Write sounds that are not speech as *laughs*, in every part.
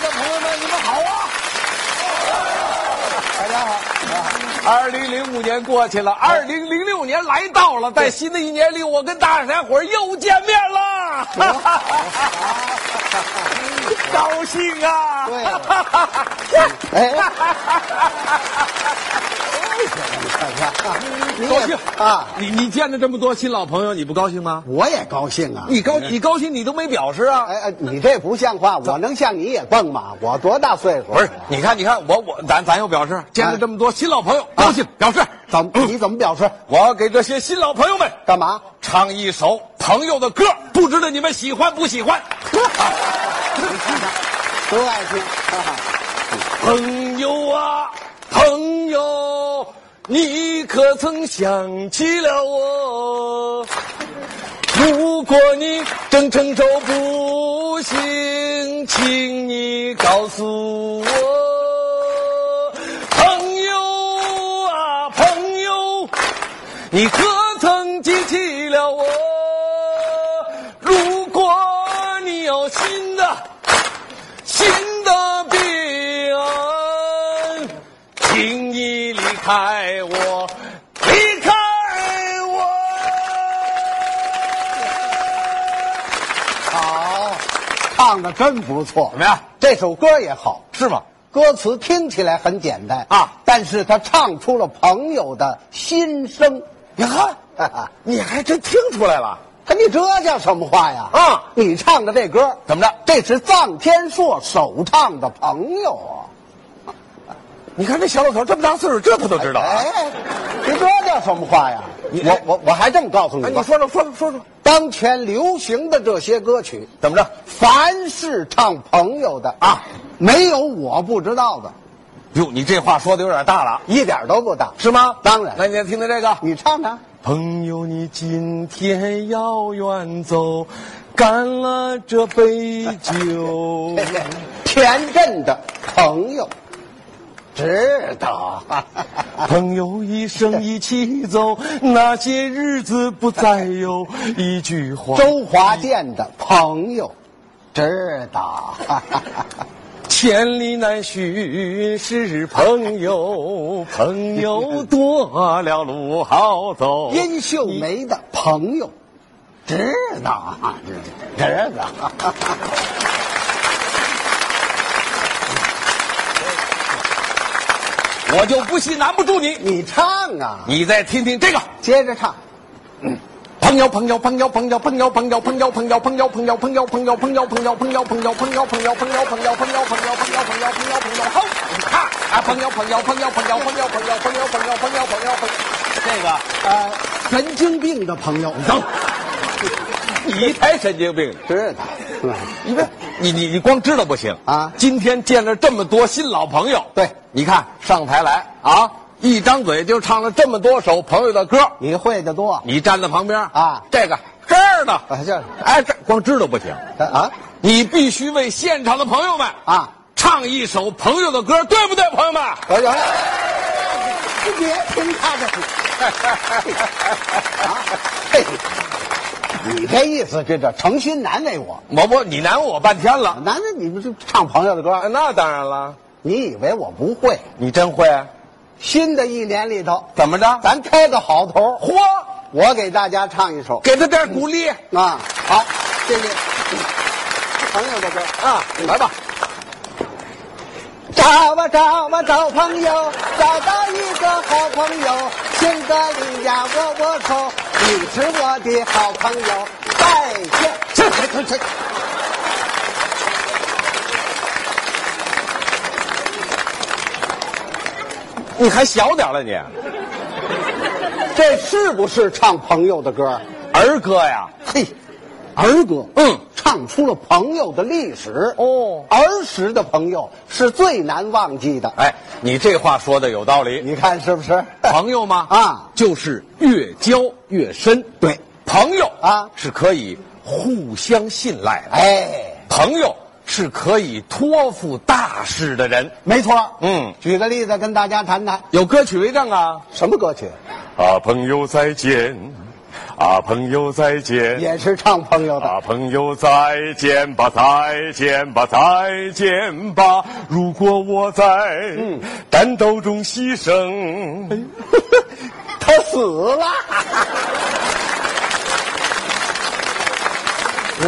的朋友们，你们好啊！哎大家好，二零零五年过去了，二零零六年来到了，在新的一年里，我跟大家伙儿又见面了， *laughs* 高兴啊！ *laughs* 对哎哎，哎你高兴啊！你你见了这么多新老朋友，你不高兴吗？嗯我也高兴啊！你高你高兴，你都没表示啊？哎哎，你这不像话！我能像你也蹦吗？我多大岁数？不是，你看，你看，我我咱咱又表示见了这么多新老朋友，高兴表示。怎么你怎么表示？啊我要给这些新老朋友们干嘛？唱一首朋友的歌，不知道你们喜欢不喜欢？都爱听。啊朋友啊，朋友，你可曾想起了我？如果你正承受不幸，请你告诉我，朋友啊，朋友，你可曾记起了我？如果你有新的新的病案，请你离开我，离开我，好，唱的真不错。怎么样？这首歌也好，是吗？歌词听起来很简单啊，但是他唱出了朋友的心声。你看，哈哈，你还真听出来了，可你这叫什么话呀？啊你唱的这歌怎么着？这是臧天朔首唱的朋友啊。你看这小老头这么大岁数，这他都知道啊。哎，你这叫什么话呀？你我我我还这么告诉你哎，吧你，说说说说说，当前流行的这些歌曲，怎么着？凡是唱朋友的啊，没有我不知道的，哟，你这话说的有点大了，一点都不大。是吗？当然来，你听听这个。你唱啊唱，朋友，你今天要远走，干了这杯酒。 *laughs* 田震的朋友，知道。啊 *laughs* 朋友一生一起走，那些日子不再有。一句话，周华健的朋友，知道。啊千里难寻是朋友，朋友多了路好走。殷秀梅的朋友，知道，知道。我就不信难不住你。你唱啊，你再听听这个。接着唱。朋友，朋友，朋友，朋友，朋友，朋友，朋友，朋友，朋友，朋友，朋友，朋友，朋友，朋友，朋友，朋友，朋友，朋友，朋友，朋友，朋友，朋友，朋友，朋友，朋友，朋友，好，看啊，朋友，朋友，朋友，朋友，朋友，朋友，朋友，朋友，朋友，朋友，朋友，这个呃，神经病的朋友，等，你才神经病！知道。嗯你别，你你你光知道不行啊今天见了这么多新老朋友，对你看上台来啊，一张嘴就唱了这么多首朋友的歌，你会的多你站在旁边啊这个这儿呢，啊这儿哎，这光知道不行。啊你必须为现场的朋友们啊！唱一首朋友的歌，对不对，朋友们？我有了，啊别听他的。啊，嘿，你这意思这这诚心难为我，我我你难为我半天了，难为你不是唱朋友的歌？啊那当然了，你以为我不会？你真会，啊新的一年里头，怎么着？咱开个好头，嚯，我给大家唱一首给他点鼓励啊，好，谢谢朋友的歌。啊！来吧，找啊找啊找朋友，找到一个好朋友，性格你呀我我愁，你是我的好朋友，再见。这这这这，你还小点了你，这是不是唱朋友的歌？儿歌呀？嘿，儿歌，嗯，唱出了朋友的历史。哦儿时的朋友是最难忘记的。哎，你这话说的有道理。你看是不是？ *laughs* 朋友嘛，啊就是越交越深。对，朋友啊是可以互相信赖的，哎，朋友是可以托付大事的人。没错。嗯，举个例子跟大家谈谈，有歌曲为证啊！哎什么歌曲？啊，朋友再见，啊，朋友再见，也是唱朋友的。啊，朋友再见吧，再见吧，再见吧。如果我在战斗中牺牲， *laughs* 他死了，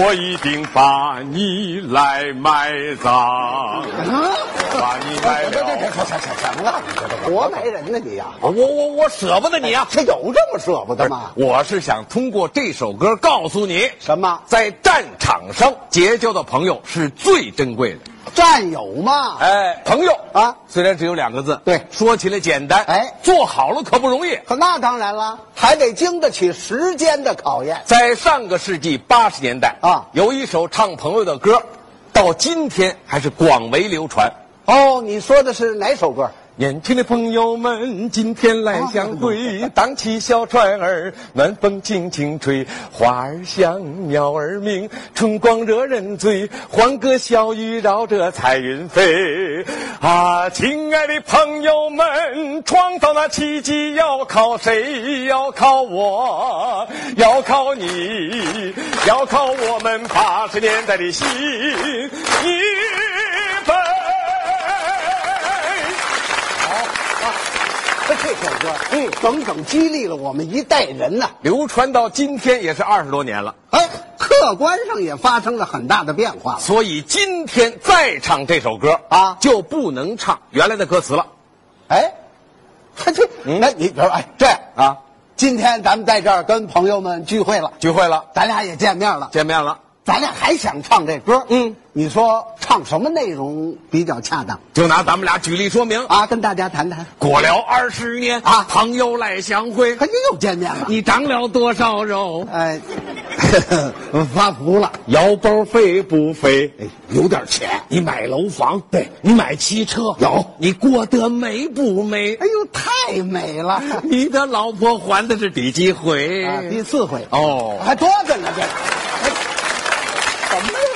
我一定把你来埋葬，我把你埋哎这这了这。这这哎这什么？活埋人呢你呀、我我我舍不得你啊！这有这么舍不得吗？我是想通过这首歌告诉你，什么在战场上结交的朋友是最珍贵的。战友嘛？哎，朋友啊虽然只有两个字，对说起来简单，哎做好了可不容易。可那当然了，还得经得起时间的考验。在上个世纪八十年代啊有一首唱朋友的歌，到今天还是广为流传。哦，你说的是哪首歌？年轻的朋友们，今天来相会，荡起小船儿，暖风轻轻吹，花儿香，鸟儿鸣，春光惹人醉，欢歌笑语绕着彩云飞。啊，亲爱的朋友们，创造那奇迹要靠谁？要靠我，要靠你，要靠我们八十年代的新一辈。这首歌，嗯，整整激励了我们一代人呐、流传到今天也是二十多年了，哎，客观上也发生了很大的变化了。所以今天再唱这首歌啊就不能唱原来的歌词了。哎，他这，那你比如哎这啊，今天咱们在这儿跟朋友们聚会了，聚会了，咱俩也见面了，见面了，咱俩还想唱这歌，嗯，你说唱什么内容比较恰当就拿咱们俩举例说明。啊？跟大家谈谈。过了二十年啊朋友来相会，可就哎又见面了，你长了多少肉？哎， *laughs* 发福了，腰包肥不肥？哎，有点钱，你买楼房，对你买汽车有你过得美不美？哎呦，太美了，你的老婆还的是第几回？啊，第四回哦还多着呢，这个哎什么呀？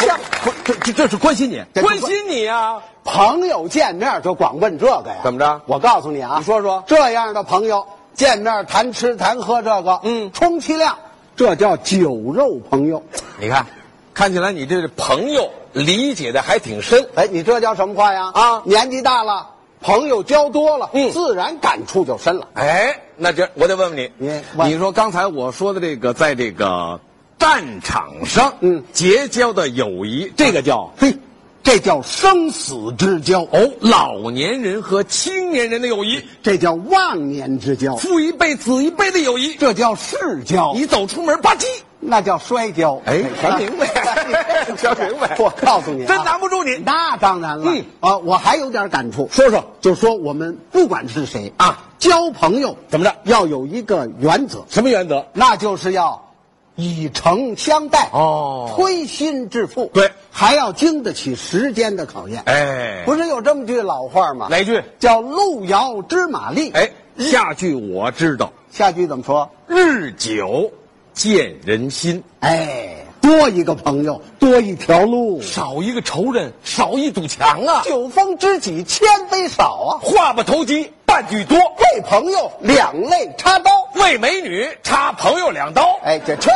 你这像这这这是关心你，这关心你啊！朋友见面就光问这个呀？怎么着我告诉你啊，你说说这样的朋友见面谈吃谈喝这个，嗯充其量这叫酒肉朋友。你看，看起来你这朋友理解的还挺深。哎，你这叫什么话呀？啊年纪大了，朋友交多了，嗯自然感触就深了。哎，那这我得问问你，你问你说刚才我说的这个，在这个战场上，嗯啊结交的友谊，这个叫嘿，这叫生死之交，哦，老年人和青年人的友谊，这叫忘年之交，父一辈子一辈的友谊。这叫世交，你走出门吧唧，那叫摔跤。哎哎全明白全明白 *laughs* 我告诉你啊，真难不住你那当然了，嗯啊，我还有点感触。说说就说我们不管是谁啊，交朋友怎么着要有一个原则，什么原则？那就是要以诚相待，哦推心置腹，对，还要经得起时间的考验。哎，不是有这么句老话吗？哪句？叫“路遥知马力”。哎，，下句我知道，下句怎么说？日久见人心，哎，多一个朋友，多一条路。少一个仇人，少一堵墙啊。酒逢知己千杯少啊，话不投机半句多，为朋友两肋插刀。为美女插朋友两刀。哎，这这。